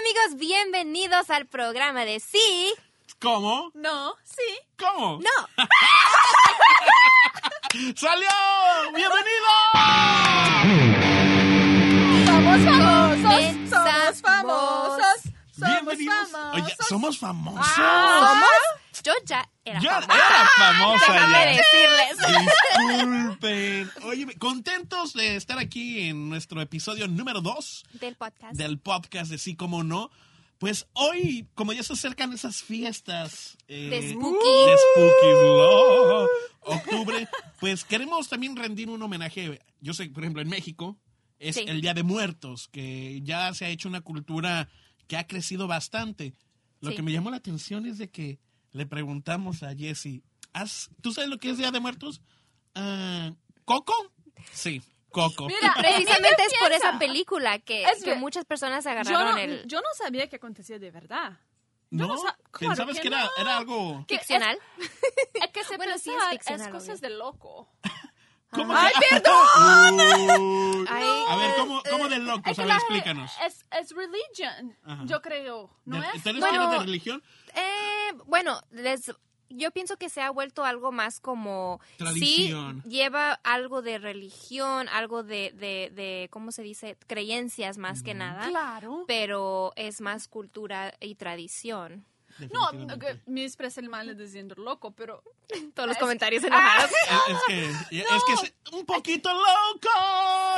amigos, bienvenidos al programa de Sí. ¿Cómo? No, sí. ¿Cómo? No. ¡Salió! ¡Bienvenido! Somos famosos, Comenzamos. somos famosos, somos Bienvenidos. famosos. Oye, somos famosos. Ah. ¿Somos? Yo ya era Ya famosa. era famosa Déjame ya. decirles. Disculpen. Oye, contentos de estar aquí en nuestro episodio número 2 Del podcast. del podcast de Sí como No. Pues hoy, como ya se acercan esas fiestas eh, De Spooky. de Spooky Love, octubre, pues queremos también rendir un homenaje. Yo sé, por ejemplo, en México es Sí. el Día de Muertos, que ya se ha hecho una cultura que ha crecido bastante. Lo Sí. que me llamó la atención es de que le preguntamos a Jesse, ¿has- ¿tú sabes lo que es Día de Muertos? Ah, ¿Coco? Sí, Coco. Y Mira, precisamente ni es por empieza. esa película que, Es que que- muchas personas Yo agarraron no, el yo no sabía que acontecía de verdad. ¿No? yo no sa- claro ¿Pensabas que que era, no. era algo...? que es- ficcional. Es que se Bueno, sí, es pensar ficcional, es cosas de loco. ¿Cómo Ay, que- Uy. Ay, A ver, ¿cómo, cómo de Es locos? eh, que Pues, A ver, la- explícanos. Es, es religion, Ajá. yo creo. ¿No De- es? ¿Tú eres Bueno, que eres de religión? Eh, bueno, les, yo pienso que se ha vuelto algo más como... Tradición. Sí, lleva algo de religión, algo de, de, de ¿cómo se dice? Creencias más que nada. Ah, Claro. Pero es más cultura y tradición. No, Definitivamente. que me expresé mal diciendo loco, pero Todos los Es- comentarios enojados. Es, es que, es que es un poquito loco.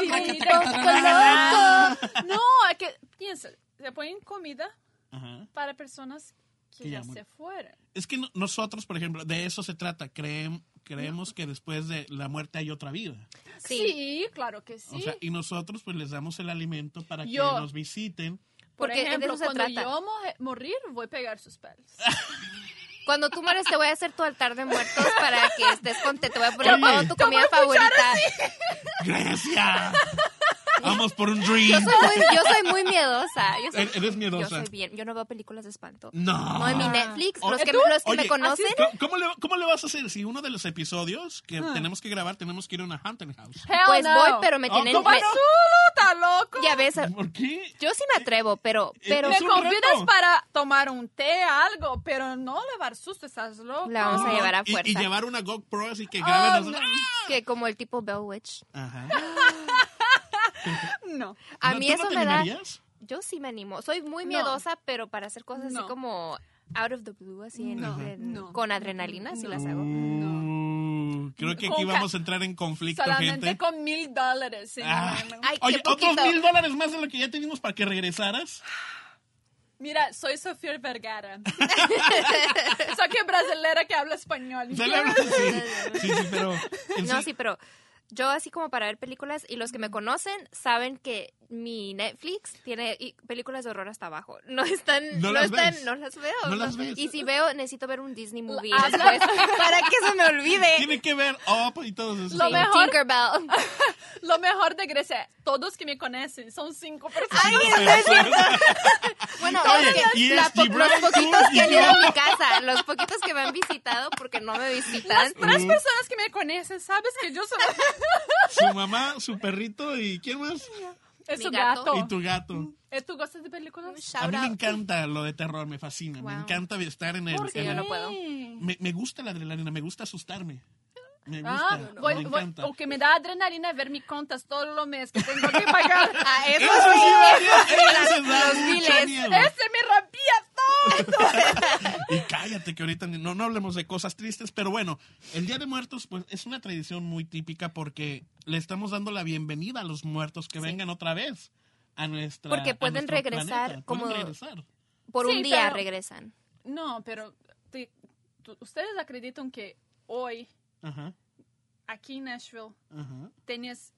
Sí, Taca, loco, taca, taca. loco. No, es que piensa, se ponen comida Ajá. para personas que, Que ya ya mur- se fueron. Es que no- nosotros, por ejemplo, de eso se trata. Creem- creemos que después de la muerte hay otra vida. Sí. Sí, claro que sí. O sea, y nosotros pues les damos el alimento para que Yo- nos visiten. Por Porque de ejemplo, eso se cuando trata. yo mo- morir, voy a pegar sus pelos. Cuando tú mueres te voy a hacer tu altar de muertos para que estés contento. Te voy a poner Oye. toda tu comida favorita. ¡Grecia! Vamos por un dream. Yo soy, muy, yo soy muy miedosa. Yo soy, E- eres miedosa. Yo soy bien. Yo no veo películas de espanto. No. No en mi Netflix. O- Los que, ¿Tú? los que Eh, Oye, me conocen. ¿Cómo, cómo le, cómo le vas a hacer si uno de los episodios que Ah. tenemos que grabar tenemos que ir a una haunted house? Hell Pues no. voy, pero me Oh, tienen. ¿cómo me- ¡Vas solo, está loco! ya ves, a- ¿Por qué? yo sí me atrevo, pero. Eh, pero es me un convidas reto. para tomar un té, algo, pero no llevar susto, estás loco. La vamos a llevar a Y- fuerza. Y, llevar una GoPro así que graben Oh, los- Que como el tipo Bell Witch. Ajá. No. A No, mí ¿tú eso no te me da. animarías? Yo sí me animo. Soy muy No. miedosa, pero para hacer cosas así No. como out of the blue, así en- No, en- no. con adrenalina, sí No. las hago. Uh, creo que aquí Con ca- vamos a entrar en conflicto, Solamente gente. con mil dólares. sí, Ah. no, no. Ay, Oye, qué poquito. otros mil dólares más de lo que ya teníamos para que regresaras. Mira, soy Sofía Vergara. soy que brasileira que habla español. Celebra- Sí, sí, sí, pero. en No, sí- sí, pero yo así como para ver películas y los que me conocen saben que mi Netflix tiene y- películas de horror hasta abajo. No están, No no, las están, ves. no las veo. No las ves. Y si veo, necesito ver un Disney movie Habla- después para que se me olvide. Tiene que ver Up y todo eso. Lo Sí, mejor- Tinkerbell. Lo mejor de Grecia, es, todos que me conocen son cinco personas. Bueno, Oye, es que y la es po- Steve los Brown, poquitos tú que han y ido yo. a mi casa, los poquitos que me han visitado porque no me visitan. Tres personas que me conocen, sabes que yo soy Su mamá, su perrito y ¿quién más? es Mi su gato. gato. Y tu gato. ¿Eh, ¿Tú gustas de películas? Shout a mí me out. encanta lo de terror, me fascina. Wow. Me encanta estar en el. ¿Por en yo el- no puedo. me, me gusta la adrenalina, me gusta asustarme. Me gusta. Ah, voy- me voy- encanta. o que me da adrenalina ver mis contas todos los meses que tengo que pagar. A Eso Oh eso sí, sí. María, eso da Los mucho miles. miedo. ¡Ese me rompía todo! Y cállate que ahorita ni- no, no hablemos de cosas tristes, pero bueno, el Día de Muertos pues es una tradición muy típica porque le estamos dando la bienvenida a los muertos que vengan otra vez a nuestra Porque a pueden nuestro regresar planeta. Pueden como- regresar. Por Sí, un día pero- regresan. No, pero te- tú- ustedes acreditan que hoy, Ajá, aquí en Nashville, ajá. tienes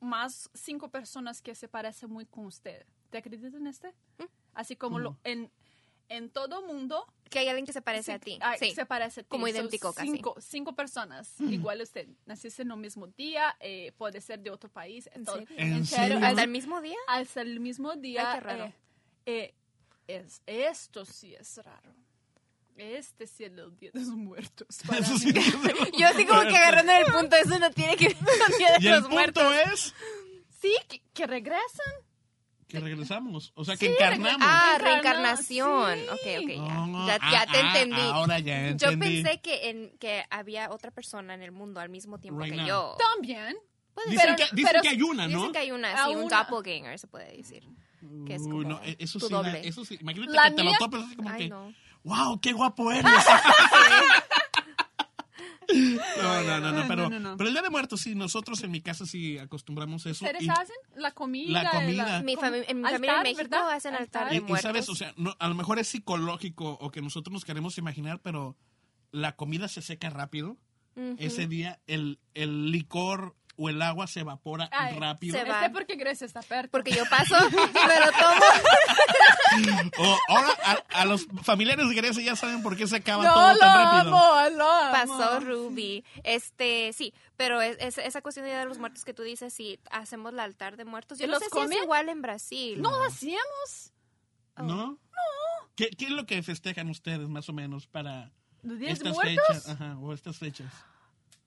más cinco personas que se parecen muy con usted. ¿Te acreditan este? ¿Mm? Así como lo- Ujú. en, en todo mundo Que hay alguien que se parece se- a ti. ay, sí. se parece a ti. Como Son idéntico casi. cinco, Cinco personas igual a usted. Naciste en el mismo día, eh, puede ser de otro país. ¿En todo- serio? ¿En serio, serio? ¿Hasta el Al, mismo día? hasta el mismo día. qué raro. eh, eh, es, esto sí es raro. Este sí es el día de los muertos. para Eso mí. sí. Yo así como que agarrando el punto, eso no tiene que ver con Día Y de el los punto Muertos. es Sí, que, que regresan. que regresamos. O sea, que Sí, encarnamos. Ah, Reencarna- reencarnación. sí. Ok, ok, ya. Oh, ya, ah, ya te ah, entendí. Ahora ya Yo entendí. pensé que, en, que había otra persona en el mundo al mismo tiempo Right que now. yo. También. Puede Dicen, ser. que, dicen pero- que hay una, ¿no? Dicen que hay una, Ah, sí, un una. doppelganger se puede decir. que es Uy, como no, e- eso tu sí, la- doble. eso sí. Imagínate La que te lo mía- topas así como Ay, que, no. wow, qué guapo eres. no, no, no, no, No, pero, no, no. pero el Día de Muertos sí, nosotros en mi casa sí acostumbramos eso. ¿Ustedes y- hacen la comida? La comida. Mi como- fami- en mi familia en altar, México ¿verdad? hacen altar Y, de y sabes, muertos. o sea, no, a lo mejor es psicológico o que nosotros nos queremos imaginar, pero la comida se seca rápido. Ujú. Ese día el, el licor o el agua se evapora Ay, rápido. se va. Este porque Grecia está perto. Porque yo paso y me lo tomo. O ahora a, a los familiares de Grecia ya saben por qué se acaba no, todo lo tan rápido. amo, lo amo. Pasó Ruby. Este, sí, pero es, es- esa cuestión de Día de los muertos que tú dices, si hacemos el altar de muertos, yo ¿Y no los sé si comen? es igual en Brasil. No hacíamos. Oh. ¿No? ¿Qué, qué es lo que festejan ustedes más o menos para ¿Los días de estas muertos? fechas? Ajá, o estas fechas.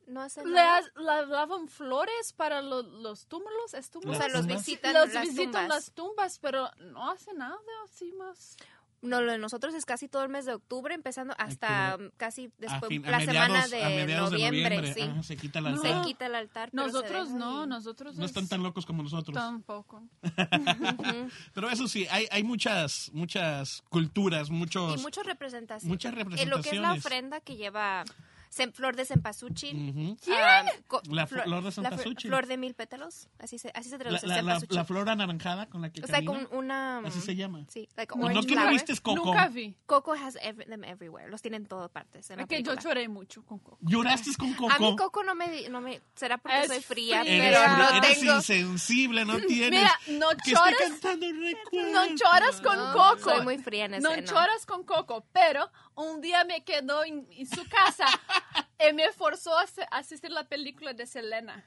No hacen Le, nada. has- le daban flores para lo- los túmulos, ¿es O túmulos? sea, las los tumbas. visitan los las visitan tumbas. las tumbas, pero no hace nada así más. No, lo de nosotros es casi todo el mes de octubre, empezando hasta mm, casi A después, fin- a la semana mediados- a de mediados noviembre, sí. Ajá, se quita la No. Se altar. quita el altar. pero se Ah. Nosotros deja no, ahí. nosotros No están es- tan locos como nosotros. Tampoco. Ujú. Pero eso sí, hay, hay muchas, muchas culturas, muchos, Y muchas representaciones. muchas Eh, representaciones. lo que es la ofrenda que lleva sem- flor de cempasúchil. Ujú. ah, co- La fl- flor de la fl- cempasúchil. Flor de mil pétalos. Así se, así se La, traduce. la, la, cempasúchil. la flor anaranjada con la que o sea, camina, con una. así se llama. Sí, like Pues no orange que no flower. viste Coco. Nunca vi. Coco has ev- them everywhere. Los tienen en todas partes. en la Es que yo película. lloré mucho con Coco. Lloraste con Coco. A mí Coco no me, no me será porque Es soy fría, fría. eres, pero no eres tengo. Mm, insensible, no tienes. Mira, no que estoy lloras, cantando no recuerdos. lloras con No, Coco. Soy muy fría en ese. no lloras con Coco, pero un día me quedó en, en su casa y me forzó a as- asistir la película de Selena.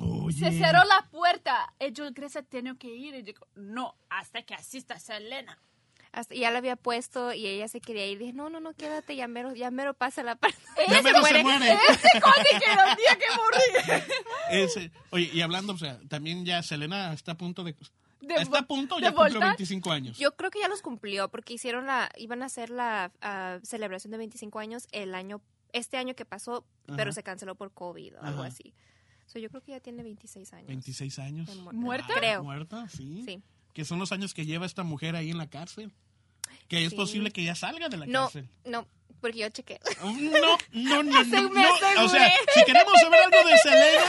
Oye. Se cerró la puerta. Y yo, Grecia, tengo que ir. Y digo, no, hasta que asista Selena. Hasta- ya la había puesto y ella se quería ir. Dije, no, no, no, quédate, ya mero, ya mero pasa la parte. Ya menos se muere. E, Ese Coco que era el día que morí. Ese- Oye, y hablando, o sea, también ya Selena está a punto de. De está vo- a punto, de ya cumplió voltar. 25 años. Yo creo que ya los cumplió porque hicieron la, iban a hacer la ah, celebración de 25 años el año, este año que pasó, Ajá. pero se canceló por COVID o algo Ajá. así. So, yo creo que ya tiene 26 años. 26 años. de muerte. ¿Muerta? Ah, Creo. Muerta, sí. Sí. Que son los años que lleva esta mujer ahí en la cárcel. Que es Sí. posible que ya salga de la No, cárcel. no, porque yo chequé. No, no, no, no. Se me no. O sea, aseguré. si queremos saber algo de Selena,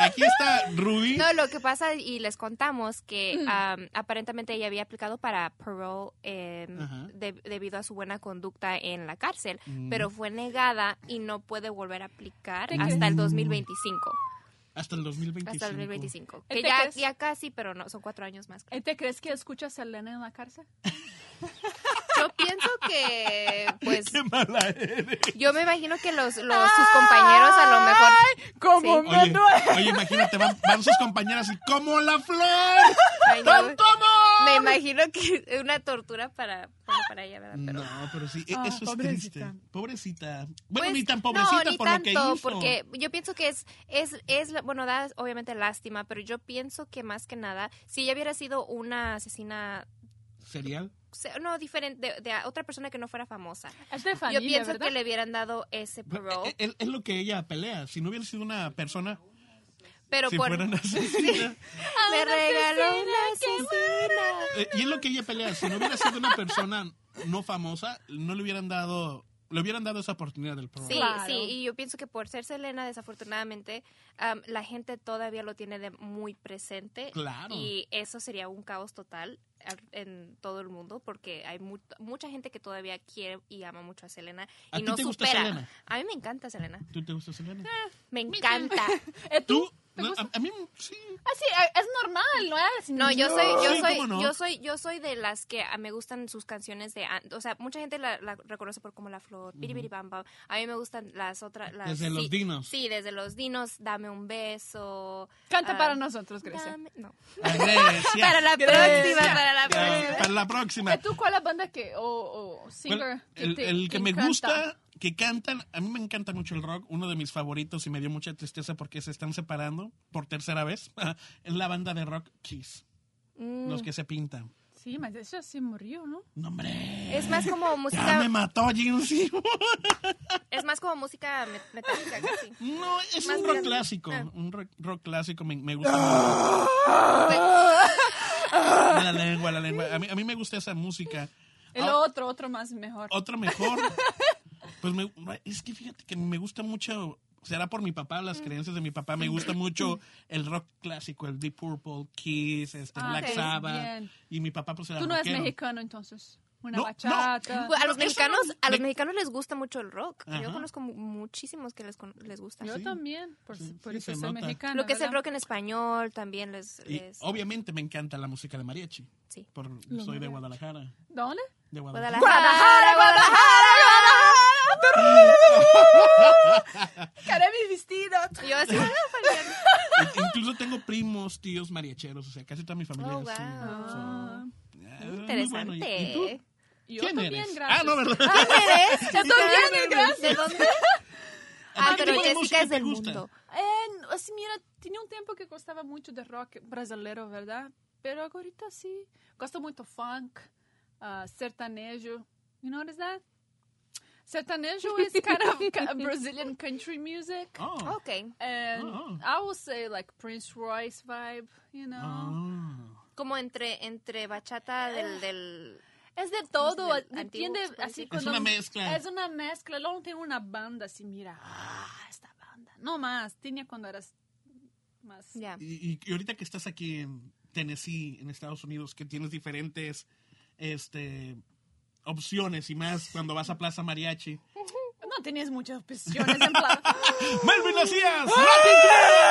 aquí está Rudy. No, lo que pasa y les contamos que am, aparentemente ella había aplicado para parole em, Ajá. de- debido a su buena conducta en la cárcel, Mm. pero fue negada y no puede volver a aplicar ¿Qué hasta crees? el 2025. Hasta el 2025. Hasta el 2025. ¿Este Que Eh, ya, qué es? ya casi, pero no, son cuatro años más. creo. ¿Y ¿Eh, ¿Te crees que escucha a Selena en la cárcel? Yo pienso que, pues, Qué mala eres. yo me imagino que los, los- sus compañeros a lo mejor... como Sí. Oye, oye, imagínate, van, van sus compañeras y como la flor. Ay, no, ¡Tanto amor! me imagino que es una tortura para, bueno, para ella, ¿verdad? Pero, No, pero sí, e- Ah, eso es pobrecita. triste. Pobrecita. Bueno, Pues, ni tan pobrecita no, ni por tanto, lo que hizo. porque yo pienso que es, es, es, la- bueno, da obviamente lástima, pero yo pienso que más que nada, si ella hubiera sido una asesina, ¿Serial? se- no, diferente, de, de a otra persona que no fuera famosa, Es de yo familia, pienso ¿verdad? que le hubieran dado ese parole, Eh, eh, Es, lo que ella pelea. Si no hubiera sido una persona, pero si por... fuera una asesina. Ah, Me regaló una asesina. Eh, y es lo que ella pelea. Si no hubiera sido una persona no famosa, no le hubieran dado, le hubieran dado esa oportunidad del programa. Sí, Claro. sí, y yo pienso que por ser Selena, desafortunadamente, am, la gente todavía lo tiene de muy presente. Claro. Y eso sería un caos total al- en todo el mundo porque hay mu- mucha gente que todavía quiere y ama mucho a Selena ¿A y ti no te gusta supera. Selena? A mí me encanta Selena, ¿Tú te gusta Selena? me encanta. ¿Y Eh, tú? ¿Tú? ¿Te No, gusta? a, a mí sí. Ah, sí, eh, es normal, ¿no es? No, yo soy, yo Sí, soy, ¿cómo no? yo soy, yo soy de las que ah, me gustan sus canciones de, an- o sea, mucha gente la, la reconoce por como la flor, Piribiribamba. A mí me gustan las otras, las Desde los sí- dinos. Sí, desde los dinos, dame un beso. Canta Ah, para nosotros, Grecia. Dame- no. A Grecia. Para la Gracias. próxima, para la Ya, próxima. para la próxima. ¿Y Eh, tú cuál es la banda que, o, o singer Bueno, el, te el que me encanta? gusta, que cantan, a mí me encanta mucho el rock, uno de mis favoritos y me dio mucha tristeza porque se están separando por tercera vez, es la banda de rock Kiss. Mm. los que se pintan. Sí, mas ella se murió, ¿no? No, hombre. Mm, Es más como Ya me música, mató Gene Simmons. es más como música me- metálica casi. No, es Más un rock bien. clásico. Ah. Un rock, rock clásico me, me gusta. mucho. Ah. la lengua, la lengua. A mí, a mí me gusta esa música. El Ah, otro, otro más mejor. otra mejor. Pues me- es que fíjate que me gusta mucho. Será por mi papá, Mm. las creencias de mi papá. Me gusta mucho el rock clásico, el Deep Purple, Kiss, este, Ah, Black ok, Sabbath. bien. Y mi papá, pues era Tú no eres rockero. mexicano, entonces. Una No, no. bachata. Pues, a los No, eso no- mexicanos, a los me- mexicanos les gusta mucho el rock. Ajá. Yo conozco mu- muchísimos que les, con- les gusta. Yo Sí. también, por, Sí, por sí, eso se soy nota. mexicana. Lo que es el ¿verdad? rock en español también les... Y oh, les- obviamente me encanta la música de mariachi. Sí. Por, Lo soy de mariachi. Guadalajara. ¿Dónde? De Guadalajara. Guadalajara, Guadalajara. Caré mi vestido. Yo así, "Ah, Fabián". In- Incluso tengo primos, tíos mariacheros. O sea, casi toda mi familia Oh, es así. wow. So, Ah, ah, es muy bueno. Interesante. ¿Y- ¿Y tú? yo ¿Quién también, eres? gracias. Ah, no, ¿verdad? ¿Quién eres? también, Jessica. gracias. ¿De dónde? ¿A Ah, ti qué pero tipo de música Jessica es te del gusta? mundo. Eh, así, mira, tenía un tiempo que gustaba mucho de rock brasileiro, ¿verdad? Pero ahorita sí. Gosto mucho funk, ah, sertanejo. You notice that? Sertanejo is kind of ca- Brazilian country music. Oh. Ok. And Oh. I would say like Prince Royce vibe, you know. Ah. Como entre, entre bachata del... del... Es de todo, del antiguo, entiende pues, así parece. Es cuando- una mezcla. Es una mezcla, luego tiene una banda así, mira, ah, esta banda. No más, tenía cuando eras más. Ya. Y, y- y ahorita que estás aquí en Tennessee, en Estados Unidos, que tienes diferentes este, opciones y más cuando vas a Plaza Mariachi. No tenías muchas opciones en plan. ¡Melvin Macías!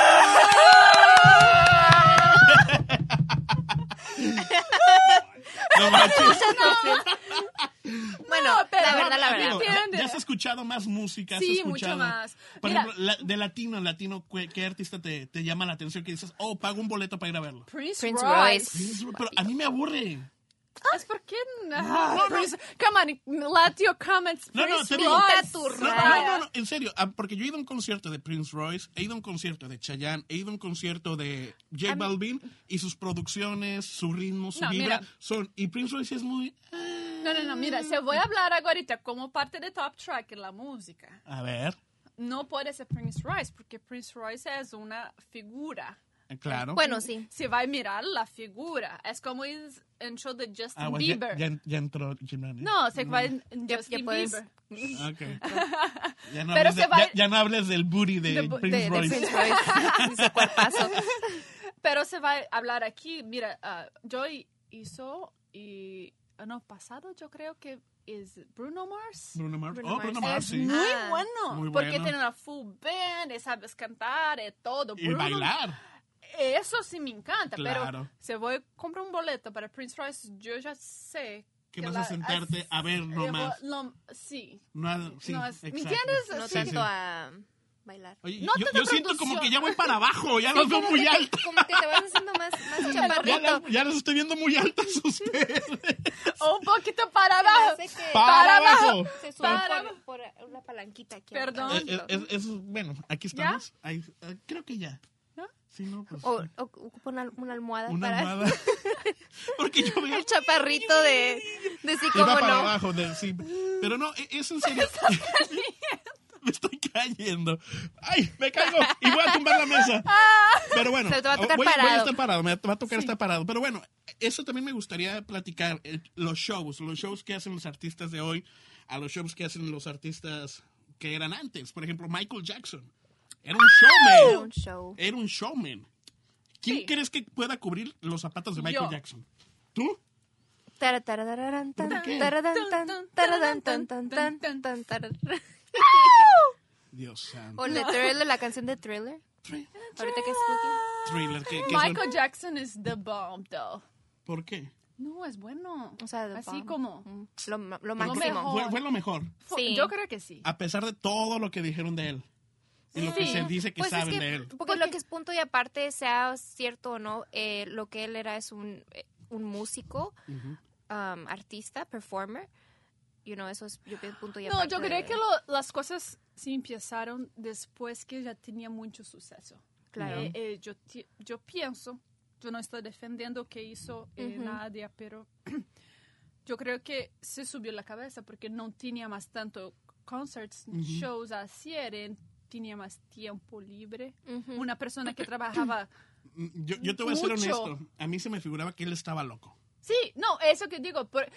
No manches. Bueno, pero- la verdad, la Amigo, verdad. Digo, ya, entiende. ya has escuchado más música, has Sí, escuchado. mucho más. Por Mira. ejemplo, la- de latino, latino, ¿qué, qué artista te, te llama la atención que dices, oh, pago un boleto para ir a verlo? Prince, Prince Royce. Pero a mí me aburre. ¿Es por qué? Ah, Prince, come on, let your comments. No, no, Prince te digo- Royce. Pinta tu No, Raya. no, no, no, en serio, ah, porque yo he ido a un concierto de Prince Royce, he ido a un concierto de Chayanne, he ido a un concierto de J A mí- Balvin y sus producciones, su ritmo, su No, vibra mira. son y Prince Royce es muy No, no, no, mira, se voy a hablar ahorita como parte de Top Track en la música. a ver, No puede ser Prince Royce, porque Prince Royce es una figura. eh, claro. Bueno, sí. Se va a mirar la figura. Es como es en show de Justin Ah, bueno, ya- Bieber. ya, ya entró Jimena. No, se va Hum. en en Ya- Justin ya puedes- Bieber. Ok. Ya no, Pero hables se de- va- ya- ya no hables del booty de, De bu- Prince de, de Royce. Prince Royce. Y su cuerpazo. Pero se va a hablar aquí. Mira, ah, yo hi- hizo y no pasado yo creo que es Bruno Mars. Bruno Mars. Bruno oh, Bruno Mars, Mars. Es sí. muy Ah. bueno, Muy porque bueno. tiene una full band, y sabes cantar, y todo. Y Bruno- bailar. Eso sí me encanta, Claro. pero si voy a comprar un um boleto para Prince Royce, yo ya sé Que que vas la- a sentarte a ver yo voy- nomás. lo- sí. No, sí, no es- ¿me exacto. entiendes? No Sí, tanto sí. a bailar. Oye, No yo, tanta yo siento como producción. que ya voy para abajo, ya los veo Como muy que te- altos. Como que te vas haciendo más, más Ya, chaparrito. las- ya los estoy viendo muy altas ustedes. O un poquito para Me abajo. hace que Pa- Para abajo. Se sube Para por, por una palanquita aquí. Perdón. Eh, abajito. eh, es- es- bueno, aquí estamos. Ahí, eh, creo que ya. ¿Ya? Si no, pues. O, o ocupa una, una almohada una Oh, para almohada. Porque yo veo. el chaparrito de, de sí Iba como para no. abajo, de- sí. Pero no, e- es en serio. me estoy cayendo. ¡Ay, me caigo! Y voy a tumbar la mesa. Pero bueno, Ah. Se te va a tocar voy, voy parado. estar parado, me va a tocar estar parado. Pero bueno, eso también me gustaría platicar. el- los shows, los shows que hacen los artistas de hoy a los shows que hacen los artistas que eran antes. Por ejemplo, Michael Jackson. Era un Ah, Era showman. un show. Era un showman. ¿Quién Sí. crees que pueda cubrir los zapatos de Michael Yo. Jackson? ¿Tú? Tara, tara, tararán, tan, ¿Por qué? tararán, tan, tararán, tan, tan, tan, tan, tan, tararán. Dios santo. O el de Thriller, la canción de Thriller. Thr- Ahorita que es Cookie. Thriller. ¿qué- qué son? Michael Jackson is the bomb, though. ¿Por qué? No, es bueno. O sea, de Así Bomb. como. Mm, Lo, ma- lo máximo. mejor. Fue, fue lo mejor. Fo- Sí. Yo creo que sí. A pesar de todo lo que dijeron de él. Y lo que Sí. se dice que Pues es saben de que, él. porque lo que es punto y aparte, sea cierto o no, eh, lo que él era es un, eh, un músico, um, artista, performer. You know, eso es, yo pienso, punto y No, aparte. yo creo de- que lo- las cosas sí empezaron después que ya tenía mucho suceso. Claro. Eh, eh, yo, ti- yo pienso Yo no estoy defendiendo que hizo eh, Nadia, pero yo creo que se subió la cabeza porque no tenía más tanto concerts, shows a hacer, eh, tenía más tiempo libre. Mm. Una persona que trabajaba... Mm, Yo, yo te voy a ser Mucho. honesto. A mí se me figuraba que él estaba loco. Sí, no, eso que digo, por-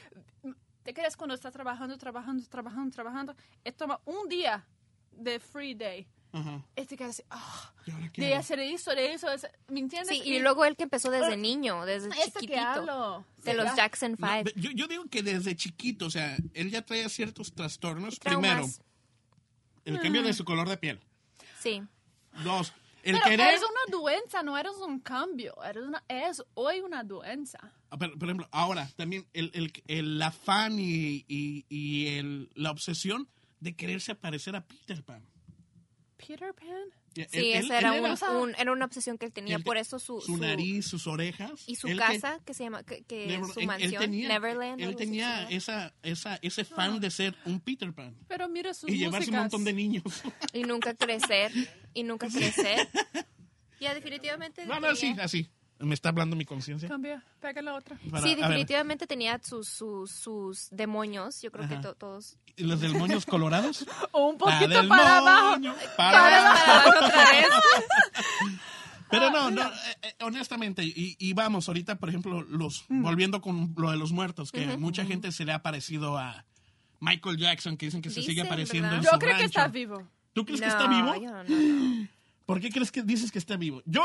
te crees cuando estás trabajando, trabajando, trabajando, trabajando, y toma un día de free day. Ajá. Y te quedas así, ah, ¿Y ahora qué de hago? hacer eso, de eso, de eso, ¿me entiendes? Sí, y luego él que Ah, empezó desde niño, desde esto que chiquitito, hablo. de los Jackson No, Five. de- yo, yo digo que desde chiquito, o sea, él ya traía ciertos trastornos. Primero, Traumas. el cambio de su color de piel. Sí. Dos, el pero querer. es una doença, no eres un cambio, eres una, es hoy una doença. Ah, pero, por ejemplo, ahora también el, el- el afán y, y- y el- la obsesión de quererse parecer a Peter Pan. Peter Pan. Y- Sí, él- esa él- era, él un- un- era una obsesión que él tenía. él- por eso su, su su- nariz, sus orejas. y su Él te- casa, que se llama, que, que Never- su él- él mansión, tenía- Neverland. Él algo así tenía se llama. esa, esa, ese fan de ser un Peter Pan. Pero mira sus Y llevarse un músicas. montón de niños. Y nunca crecer, y nunca crecer. Ya, definitivamente. No, no, sí, tenía- así. Me está hablando mi conciencia. Cambia, pega la otra. Para- sí, a ver, definitivamente tenía sus, sus, sus demonios. Yo creo Ajá. que to- todos. ¿y ¿Los demonios colorados? O un La del poquito para abajo. moño, Ahora para es abajo. para abajo otra vez. Pero no, no, eh, eh, honestamente, y, y vamos, ahorita, por ejemplo, los Mm. volviendo con lo de los muertos, que mucha gente se le ha parecido a Michael Jackson, que dicen que se Dicen, sigue apareciendo ¿verdad? en Yo su creo que está rancho. vivo. ¿Tú crees no, que está vivo? yo no, no. ¿Por qué crees que dices que está vivo? Yo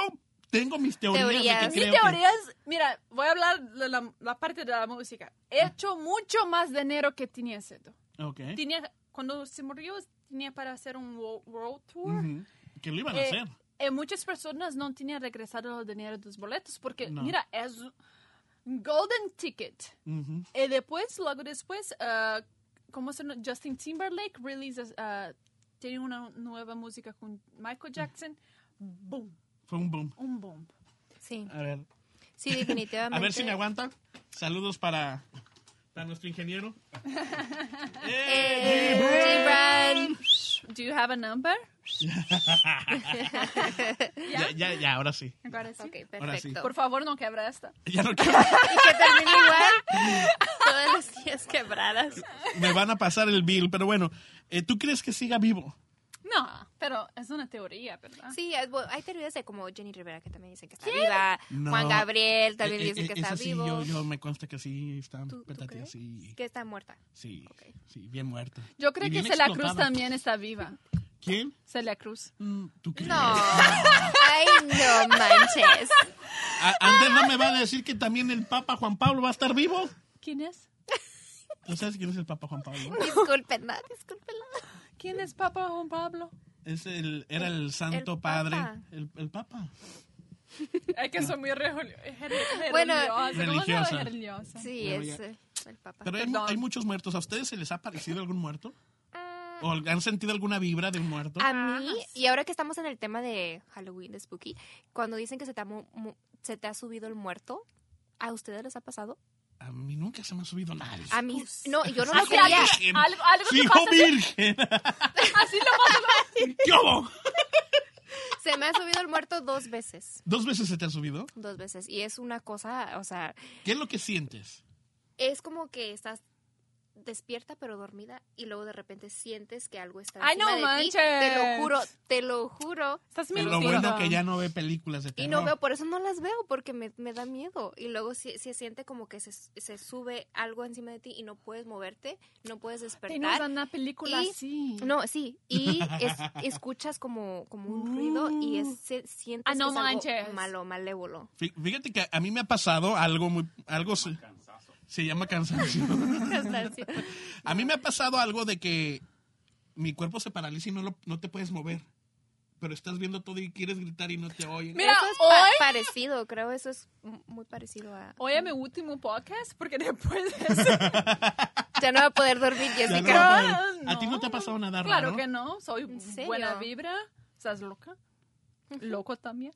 tengo mis teorías. Teorías. De que Mi Mi creo que- teoría es, mira, voy a hablar de la, la parte de la música. He Ah. hecho mucho más dinero que tenía haciendo. Ok. Tenía, cuando se murió, tenía para hacer un wo- world tour. Ujú. Que lo iban a Eh, hacer. Y muchas personas no tenían regresado el dinero de los boletos porque, No. mira, es un golden ticket. Ujú. Y después, luego después, ah, ¿cómo se llama? Justin Timberlake release, ah, tiene una nueva música con Mm. Michael Jackson. Boom, Fue un boom. un boom. Sí, A ver. sí, definitivamente. A ver si me aguanta. Saludos para, para nuestro ingeniero. Eh, Gibran. Do you have a number? Ya, ya, ya, ahora sí. Agora sim. Ok, perfecto. Ahora sí. Por favor, no quebra esta. Ya no quiero. Y que termine igual. Todas las tías quebradas. Me van a pasar el bill, pero bueno. eh, ¿Tú crees que siga vivo? No, pero es una teoría, ¿verdad? Sí, es bu- hay teorías de como Jenny Rivera que también dicen que está viva. Juan Gabriel también Eh, eh, dice que eh, está esa sí, vivo. Yo, yo me consta que sí, está ¿Tú- tú petatea, crees? sí, Que está muerta. sí, sí, bien muerta. Yo creo Y que bien Celia Cruz explotada. también está viva. ¿Quién? Celia Cruz. Mm, ¿Tú crees? No. Ay, no manches. A- Andrés no me va a decir que también el Papa Juan Pablo va a estar vivo. ¿Quién es? ¿Tú sabes quién es el Papa Juan Pablo? Discúlpenla, discúlpenla. ¿Quién es Papa Juan Pablo? Es el, era el Santo el Padre. Papa. El, el Papa. Es que soy muy Bueno, Religiosa. religiosa. Sí, Bueno, es ya. eh, el papá. Pero hay, mu- Perdón. hay muchos muertos. ¿A ustedes se les ha parecido algún muerto? Ah, ¿O han sentido alguna vibra de un muerto? A mí, Ah, y ahora que estamos en el tema de Halloween, de Spooky, cuando dicen que se te ha, mu- mu- se te ha subido el muerto, ¿a ustedes les ha pasado? A mí nunca se me ha subido nadie. A mí, Pues, no, y yo no O lo sea, quería. Virgen. Ah, algo, algo ¡Sí, que hijo pasa virgen! así lo pasa. ¿Qué hubo? Se me ha subido el muerto dos veces. ¿Dos veces se te ha subido? Dos veces. Y es una cosa, o sea, ¿Qué es lo que sientes? es como que estás despierta pero dormida y luego de repente sientes que algo está Ay, encima no de ti. manches. Te lo juro, te lo juro. Estás Lo bueno que ya no ve películas de terror. Y no veo, por eso no las veo, porque me, me da miedo. Y luego se, se siente como que se, se sube algo encima de ti y no puedes moverte, no puedes Tenemos despertar. una película Y- así. No, sí, y es- escuchas como, como un ruido y es, se- sientes Uh. Ah, no que es algo manches. malo, malévolo. Fí- Fíjate que a mí me ha pasado algo muy... Algo se, se llama cansancio. a mí me ha pasado algo de que mi cuerpo se paraliza y no, lo- no te puedes mover. Pero estás viendo todo y quieres gritar y no te oyen. Mira, eso es pa- hoy- parecido, creo, eso es m- muy parecido a... Hoy es mi último podcast porque después de eso- Ya no va a poder dormir, Ya no Jessica. va a poder. a ti no te ha pasado nada raro. Claro que no. Soy serio? buena vibra. ¿Estás loca? Loco también.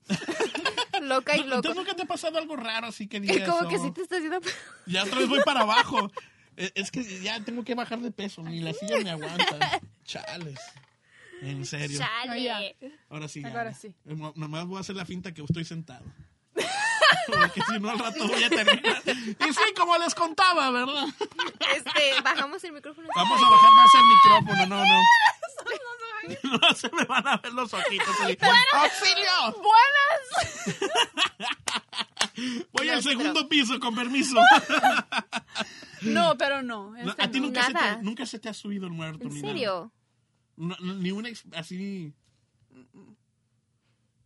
Loca y No, loco. ¿Entonces nunca te ha pasado algo raro así que Es digas? como que oh, sí te está haciendo... Ya otra vez voy para abajo. Eh, Es que ya tengo que bajar de peso. Ni la silla me aguanta. Chales. En serio. Chale. Oye. Ahora sí. Em, Ahora gana. sí. Eh, mo- Nomás voy a hacer la finta que estoy sentado. Porque si no, al rato voy a terminar. Y sí, como les contaba, ¿verdad? Este, bajamos el micrófono. Vamos a bajar más el micrófono, no, no. No se me van a ver los ojitos. ahí. ¡Auxilio! ¡Buenas! Voy al Nuestro. segundo piso, con permiso. No, pero no. No, este a ti no. nunca se, te, Nada. nunca se te ha subido el muerto. ¿En ni nada. serio? No, no, ni una ex- así.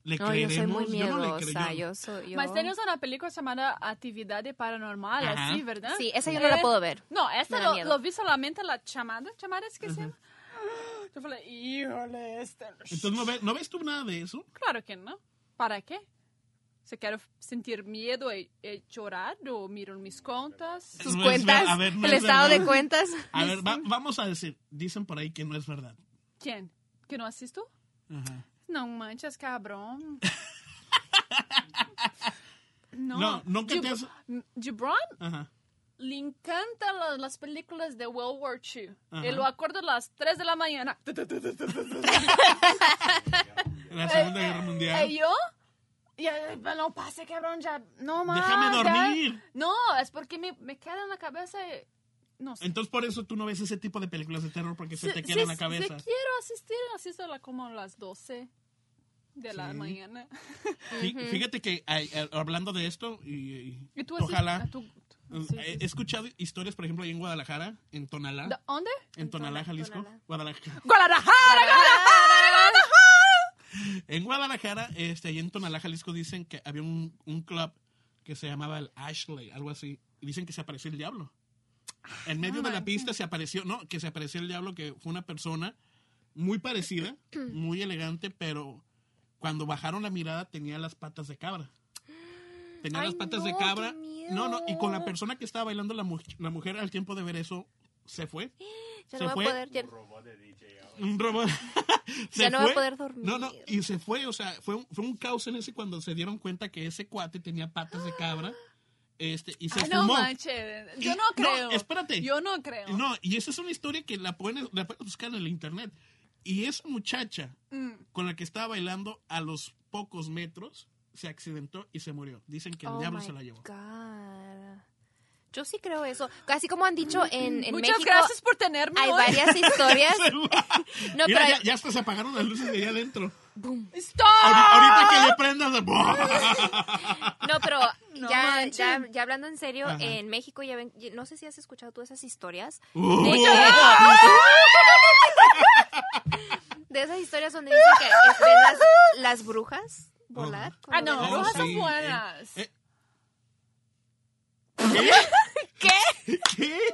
¿Le No, yo soy muy creeremos? Yo no le miedosa. creo. Yo soy. Yo... Mas tenemos una película llamada Actividad Paranormal, Ajá. así, ¿verdad? Sí, esa yo no la Eh, puedo ver. No, Me esa da lo, miedo. lo vi solamente la chamada. ¿Chamada es que se llama? Yo falei, híjole, este. Entonces, ¿no, ve- ¿no ves tú nada de eso? Claro que no. ¿Para qué? Se quiero sentir miedo y, y llorar o miro mis cuentas. Sus no es cuentas, ver- a ver, no el es estado de verdad. cuentas. A ver, va- vamos a decir. Dicen por ahí que no es verdad. ¿Quién? ¿Que no asisto? Ajá. No manches, cabrón. No, nunca Gib- te has- mm, Gibran Ajá. le encantan la- las películas de World War II. Ajá. Y lo acuerdo a las 3 de la mañana. La Segunda Guerra Mundial. Y yo, y, eh, no pase, cabrón, ya. No más. Déjame dormir. No, es porque me, me queda en la cabeza. eh, No sé. Entonces, por eso tú no ves ese tipo de películas de terror porque se Si- te si- queda en la cabeza. Si quiero asistir, asisto a la- como a las 12 de la Sí. mañana. Fí- Fíjate que ay, eh, hablando de esto, y, y- ¿Y tú asist- ojalá. a tu- eh, sí, sí, He escuchado historias, por ejemplo, ahí en Guadalajara, en Tonalá, ¿De dónde? en Tonalá, Jalisco, Tonalá. Guadalajara. Guadalajara. En Guadalajara, este, ahí en Tonalá, Jalisco, dicen que había un, un club que se llamaba el Ashley, algo así, y dicen que se apareció el diablo. En medio Ah, de la pista se apareció, no, que se apareció el diablo, que fue una persona muy parecida, muy elegante, pero cuando bajaron la mirada tenía las patas de cabra. Tenía Ay, las patas de no, cabra. qué miedo. No, no, y con la persona que estaba bailando la, mu- la mujer al tiempo de ver eso, se fue. Ya se no voy fue. a poder. ya- Un robot. Se Ya no va a poder dormir. No, no, y se fue, o sea, fue un, fue un caos en ese cuando se dieron cuenta que ese cuate tenía patas de cabra. Este, y se Ah, Ay, fumó. Ah, no manches. Yo no Y- no, creo. espérate. Yo no creo. No, y esa es una historia que la pueden, la pueden buscar en el internet. Y esa muchacha Mm. con la que estaba bailando a los pocos metros se accidentó y se murió. Dicen que el Oh diablo my se la llevó. God. Yo sí creo eso. Así como han dicho en, en Muchas México, gracias por tenerme. hay hoy. varias historias. No, Mira, pero- ya, ya hasta se apagaron las luces de allá adentro. Boom. ¡Stop! Ahorita, ahorita que le prendas. No, pero No ya, manches. ya, ya hablando en serio, Ajá. en México ya ven, no sé si has escuchado tú esas historias. Uh. De, ¡ah! que- de esas historias donde dicen que es- ven las, las brujas volar. Ah, cuando no, ven- Oh, brujas son sí, buenas. eh, eh. ¿Qué? ¿Qué?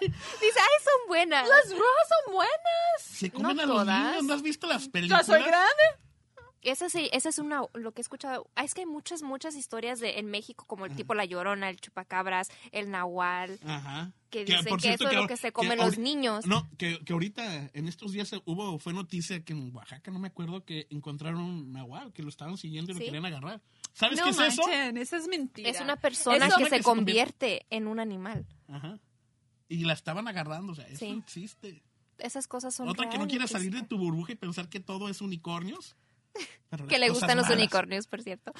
Dice, ay, son buenas. Las brujas son buenas. Se comen No a los todas. niños, ¿no has visto las Yo películas? soy grande. Esa, sí, esa es una, lo que he escuchado. Ah, es que hay muchas, muchas historias de, en México, como el tipo La Llorona, el Chupacabras, el Nahual, Ajá. que dicen por que cierto, eso es lo ahor- que se comen los ahori- niños. No, que, que ahorita, en estos días hubo, fue noticia que en Oaxaca, no me acuerdo, que encontraron un nahual, que lo estaban siguiendo y ¿Sí? lo querían agarrar. ¿Sabes no qué es eso? manchen, eso es mentira. es una persona Eso- que que se se convierte- convierte en un animal. Ajá. Y la estaban agarrando, o sea, eso Sí. no existe. Esas cosas son Otra que no reales, quiera salir de existen. tu burbuja y pensar que todo es unicornios. pero Que le las cosas gustan los malas. unicornios, por cierto.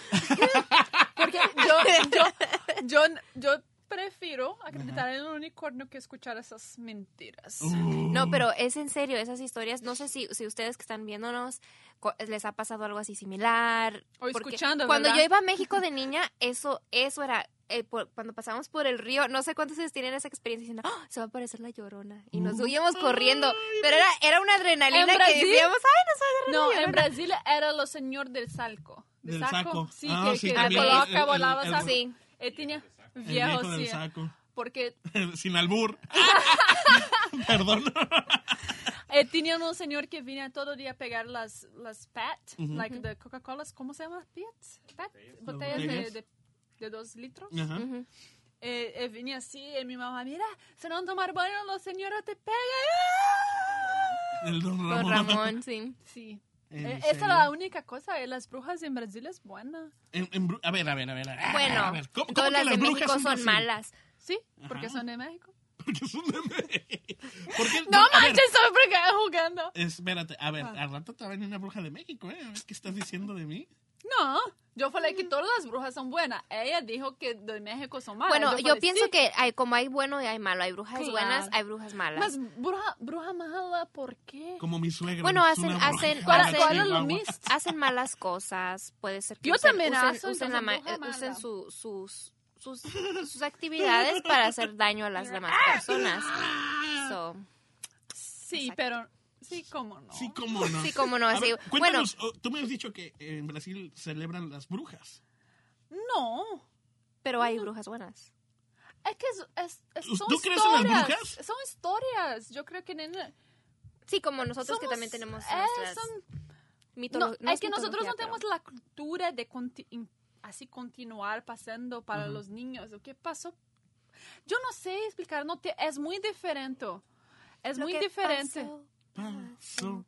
Porque yo, yo, yo, yo prefiero acreditar en un unicornio que escuchar esas mentiras. Uh. No, pero es en serio, esas historias, no sé si, si ustedes que están viéndonos co- les ha pasado algo así similar. O porque escuchando, Cuando ¿verdad? yo iba a México de niña, eso, eso era, eh, por- cuando pasábamos por el río, no sé cuántos ustedes tienen esa experiencia diciendo, "Ah, se va a aparecer la llorona. Y nos huíamos corriendo, pero era, era una ¿En adrenalina que ah, Brasil? decíamos, ay, nos va a agarrar No, la en llorona. Brasil era los señor del salco. ¿De Del saco. Sí, Ah, que, sí, que también colocaba, el- el- volaba el- saco. Sí. Eh, tenía El viejo, viejo sí. del saco. Porque Sin albur. Perdón. eh, tenía un señor que venía todo día a pegar las, las PET, like the Coca-Cola, ¿cómo se llama? PET? PET? Botellas de, Botellas. de, de dos litros. Ajá. Ujú. Eh, eh, venía así y mi mamá, mira, se no tomar baño, los señores te pegan. El don Don Ramón. Ramón, E-, sí. Sí. ¿En Eh, esa serio? es la única cosa, eh, las brujas en Brasil es buena. En- en Bru- a ver, a ver, a ver. Ah, a ver, a Bueno, ver, ¿cómo- cómo todas que las de brujas México son así? malas. Sí, Ajá. porque son de México. Porque son de México. ¿Por qué? No a ver, manches, estoy brincando- jugando. espérate, a ver, Ah. al rato te va a venir una bruja de México, ¿eh? A ver, ¿Qué estás diciendo de mí? No, yo falei Mm. que todas las brujas son buenas. Ella dijo que de México son malas. Bueno, yo falei, pienso "Sí". que hay, como hay bueno y hay malo, hay brujas Claro. buenas, hay brujas malas. Mas bruja, bruja mala, ¿por qué? Como mi suegra. Bueno, es hacen- una bruja hacen- de ¿Cuál- cuál es lo Chihuahua. mismo? hacen malas cosas, puede ser que Yo usen, también usen- hago, usen entonces la ma- eh, bruja mala. usen su- sus, sus, sus actividades para hacer daño a las demás Ah. personas. So, Sí, Exacto. pero sí, cómo no. Sí, cómo no. sí, como no. A sí. ver, bueno, cuéntanos, oh, tú me has dicho que eh, en Brasil celebran las brujas. No. pero hay brujas buenas. Es que es, es- es- ¿Tú son crees en las historias. brujas? Son historias. Yo creo que en el- Sí, como nosotros que somos- también tenemos eh, nuestras son- mitolo- no, no es que nosotros mitología, no pero- tenemos la cultura de conti- in- así continuar pasando para Ujú. los niños. ¿O ¿Qué pasó? Yo no sé explicar. No te, es muy diferente. Es Lo muy que diferente. pasó. Paso.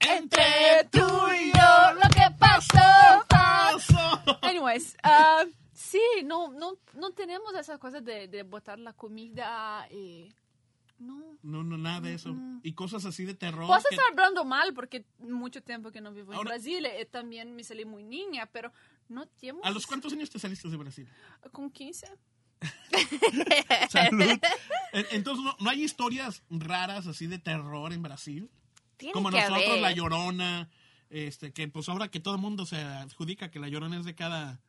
Entre tú y yo, lo que pasó, pasó. Paso. Anyways, ah, sí, no, no, no tenemos esas cosas de, de botar la comida y... No. No, no, nada de eso. Mm. Y cosas así de terror. Pues Puedo que- estar hablando mal porque mucho tiempo que no vivo en Ahora- Brasil eh, también me salí muy niña, pero no tenemos... ¿A los cuántos años te saliste de Brasil? Con 15. Salud. En- Entonces, ¿no, no hay historias raras así de terror en Brasil? Tiene Como que nosotros, haber. La Llorona. Este, que pues ahora que todo el mundo se adjudica que La Llorona es de cada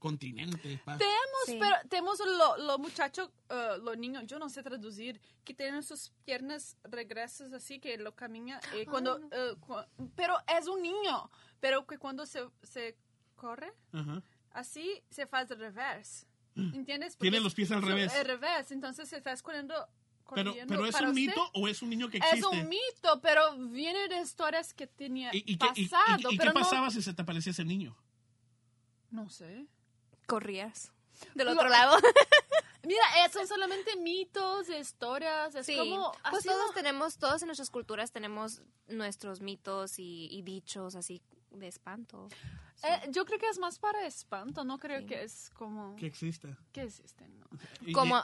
continente. pa- Tenemos, Sí. pero tenemos los lo muchachos, eh, los niños, yo no sé traducir, que tienen sus piernas regresas así que lo camina. eh, cuando, eh, cu- pero es un niño, pero que cuando se, se corre... Ajá. así se hace reverse. ¿Entiendes? Mm. Tiene Porque los pies al su- revés. Al revés, entonces se está corriendo. Pero, corriendo pero ¿es para un usted. mito o es un niño que existe? Es un mito, pero viene de historias que tenía ¿Y, y qué, y- y- pasado. y qué pero pasaba si se te aparecía ese niño? No, no sé. Corrías. Del Lo- otro lado. Mira, eh, son solamente mitos, historias. Es Sí, como. pues así todos no- tenemos, todos en nuestras culturas tenemos nuestros mitos y, y dichos así de espanto. So, eh, yo creo que es más para espanto, no creo Sí. que es como. Que ¿Qué, exista. existen? No. Y- como, y-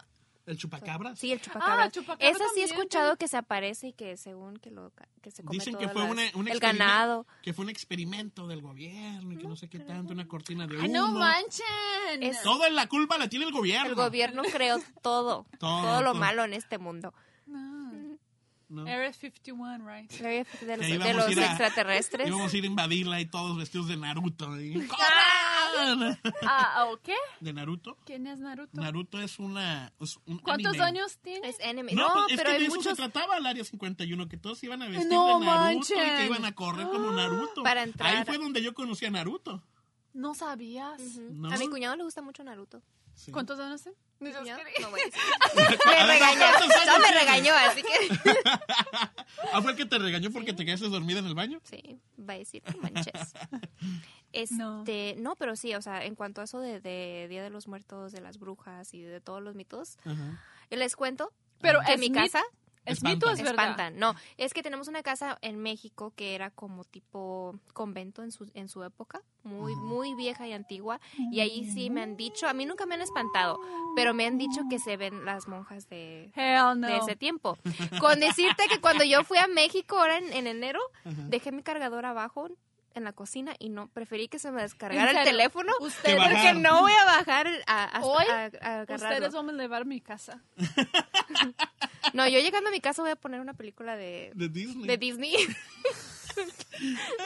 ¿El chupacabras? sí, el chupacabra. Ah, chupacabra Esa sí he también, escuchado que se aparece y que según que lo ca- que se come Dicen que todas fue las- una- un el experimento. ganado. Que fue un experimento del gobierno y que no, sé qué tanto, una cortina de ¡Ay, Ah, no humo. manchen! Es- Toda la culpa la tiene el gobierno. El gobierno creó todo, Todo, todo lo todo. malo en este mundo. No. ¿no? Area 51, right? De los, Que íbamos de los a ir a- extraterrestres. Íbamos a ir a invadirla y todos vestidos de Naruto. y- Ah, ¿o qué? ¿De Naruto? ¿Quién es Naruto? Naruto es una. es un ¿Cuántos anime. años tiene? Es enemy. No, No, pues, es pero que de hay eso se muchos. trataba el área 51, que todos iban a vestir No de Naruto y que manchen. iban a correr como Naruto. Ah, Para entrar. Ahí fue donde yo conocí a Naruto. No sabías. Ujú. ¿No? A mi cuñado le gusta mucho Naruto. Sí. ¿Cuántos años tiene? Mi Dios cuñado, quiere. no voy a decir. A Me ver, regañó. ¿cuántos años No me tienes? regañó, así que. Ah, fue el que te regañó porque te quedaste dormida en el baño. Sí, va a decir "No manches. Este, no. pero sí, o sea, en cuanto a eso de, de Día de los Muertos, de las brujas y de todos los mitos, Ajá. les cuento Pero que Ah. es en mi mit- casa Es Espantan. mito, es verdad. espantan. No, es que tenemos una casa en México que era como tipo convento en su, en su época, muy, Ah. Ujú. muy vieja y antigua, y ahí sí me han dicho, a mí nunca me han espantado, pero me han dicho que se ven las monjas de, Hell no. de ese tiempo. Con decirte que cuando yo fui a México ahora en, en enero, Ajá. dejé mi cargador abajo en la cocina y no, preferí que se me descargara ¿En el serio? teléfono Te Ustedes, va- porque bajaron. no voy a bajar a, a- Hoy, a- a agarrarlo. ustedes van a llevar mi casa. No, yo llegando a mi casa voy a poner una película de, De Disney. de Disney.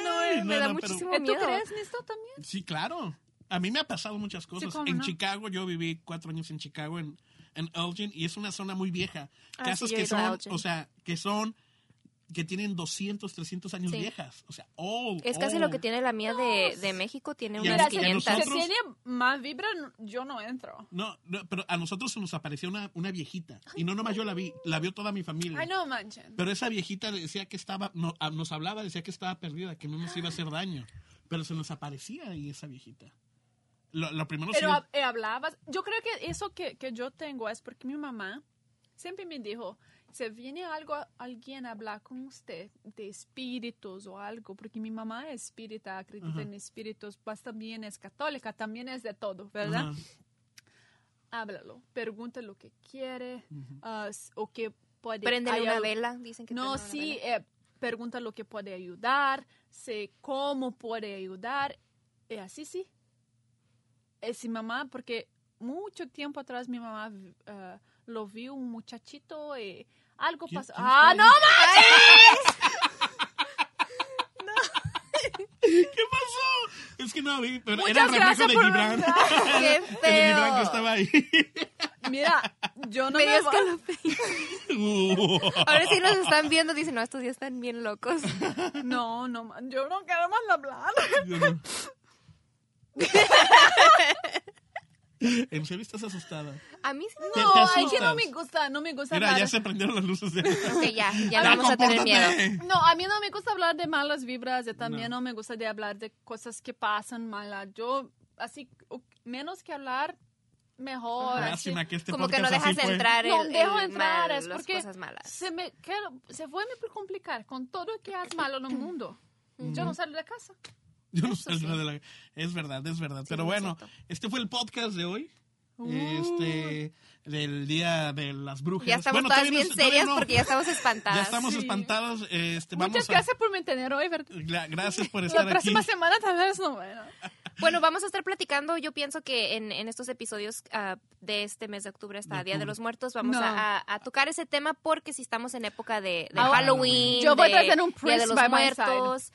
no, Ay, me da pero- muchísimo- Tengo Eh, ¿Tú miedo. crees esto también? Sí, claro. A mí me ha pasado muchas cosas. cómo en no. Chicago, yo viví cuatro años en Chicago, en, en Elgin, y es una zona muy vieja. Ah, Casas sí, yo he que ido a son, Elgin. o sea, que son, que tienen 200, 300 años Sí. viejas. O sea, oh, Es casi lo que tiene la mía de, de México, tiene Y unas a- y a 500. si nosotros- tiene más vibra, no- yo no entro. No, no, pero a nosotros se nos apareció una, una viejita. Y no nomás yo la vi, la vio toda mi familia. Ay, no manchen. Pero esa viejita decía que estaba, no, a- nos hablaba, decía que estaba perdida, que no nos iba a hacer daño. Pero se nos aparecía ahí esa viejita. Lo, lo primero Pero sí- hab- eh, hablabas. Yo creo que eso que, que yo tengo es porque mi mamá siempre me dijo: si viene algo, alguien a hablar con usted de espíritus o algo, porque mi mamá es espírita, acredita Ajá. en espíritus, pues también es católica, también es de todo, ¿verdad? Ajá. Háblalo, pregunta lo que quiere Ujú. ah, s- o que puede Prenden hay una algo- vela, dicen que No, prenden una sí, vela. eh, pregunta lo que puede ayudar, sé cómo puede ayudar. Y así sí. Es mi mamá, porque mucho tiempo atrás mi mamá eh, lo vio un muchachito y algo ¿Quién- pasó. quién ¡Ah, fue? no manches! ¿Qué pasó? Es que no vi, pero era el Muchas reflejo gracias de por Gibran. preguntar. ¡Qué El Gibran que feo! estaba ahí. Mira, yo no Me dio me voy- escalofrío. Ahora sí los están viendo, dicen, no, estos días están bien locos. No, no, man, yo no quiero más hablar. Yo no. ¿En serio estás asustada? A mí sí me ¿Te- No, te ay, que no asustas? me gusta, no me gusta Mira, hablar. ya se prendieron las luces de... Ok, ya, ya no Ya, vamos a tener compórtate. miedo. No, a mí no me gusta hablar de malas vibras, yo también No. no, me gusta de hablar de cosas que pasan malas. Yo, así, o- menos que hablar, mejor. así. Lástima que este Como que no podcast así dejas fue. entrar el, No, dejo el entrar, mal, es las porque cosas malas. Se me quedo- se fue me por complicar con todo que es malo en el mundo. Yo no salgo de casa. Yo no Eso salgo sí. de la- Es verdad, es verdad. Pero es bueno, cierto. este fue el podcast de hoy. Uh. Este, del día de las brujas. Ya estamos pues, todas Bueno, todavía no- bien todavía serias no. porque ya estamos espantadas. Ya estamos Sí. espantados. Este, vamos Muchas a- gracias por mantener hoy, ¿verdad? Gra- gracias por La estar aquí. próxima semana tal vez no. Bueno. Bueno, vamos a estar platicando. Yo pienso que en, en estos episodios ah, de este mes de octubre hasta De Día de octubre. los Muertos vamos No. a, a- a tocar ese tema porque si estamos en época de, de Ahora- Halloween, Yo voy a de traer un Día de priest los by my side. Muertos,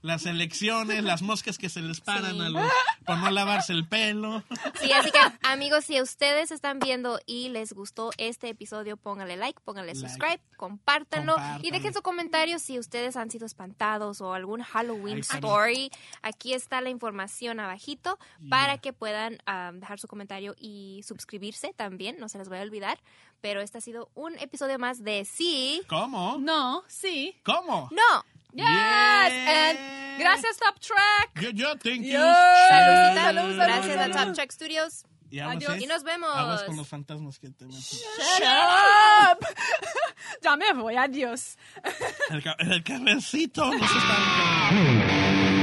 Las elecciones, las moscas que se les paran Sí. a los, por no lavarse el pelo. Sí, así que amigos, si ustedes están viendo y les gustó este episodio, pónganle like, pónganle Like. subscribe, compártanlo y Compártanlo. dejen su comentario si ustedes han sido espantados o algún Halloween Ahí está. story. Aquí está la información abajito Yeah. para que puedan ah, dejar su comentario y suscribirse también, no se les voy a olvidar. Pero este ha sido un episodio más de Sí. ¿Cómo? No, sí. ¿Cómo? No. Yes. Yeah. And gracias, Top Track. Yo, yo, thank you. Yo. Saludita. Salud, salud, Gracias salud. a Top Track Studios. Y aguas, Adiós. ¿eh? Y nos vemos. Aguas con los fantasmas que te meten. Shut up. ya me voy, adiós. El, ca- el cabecito nos está...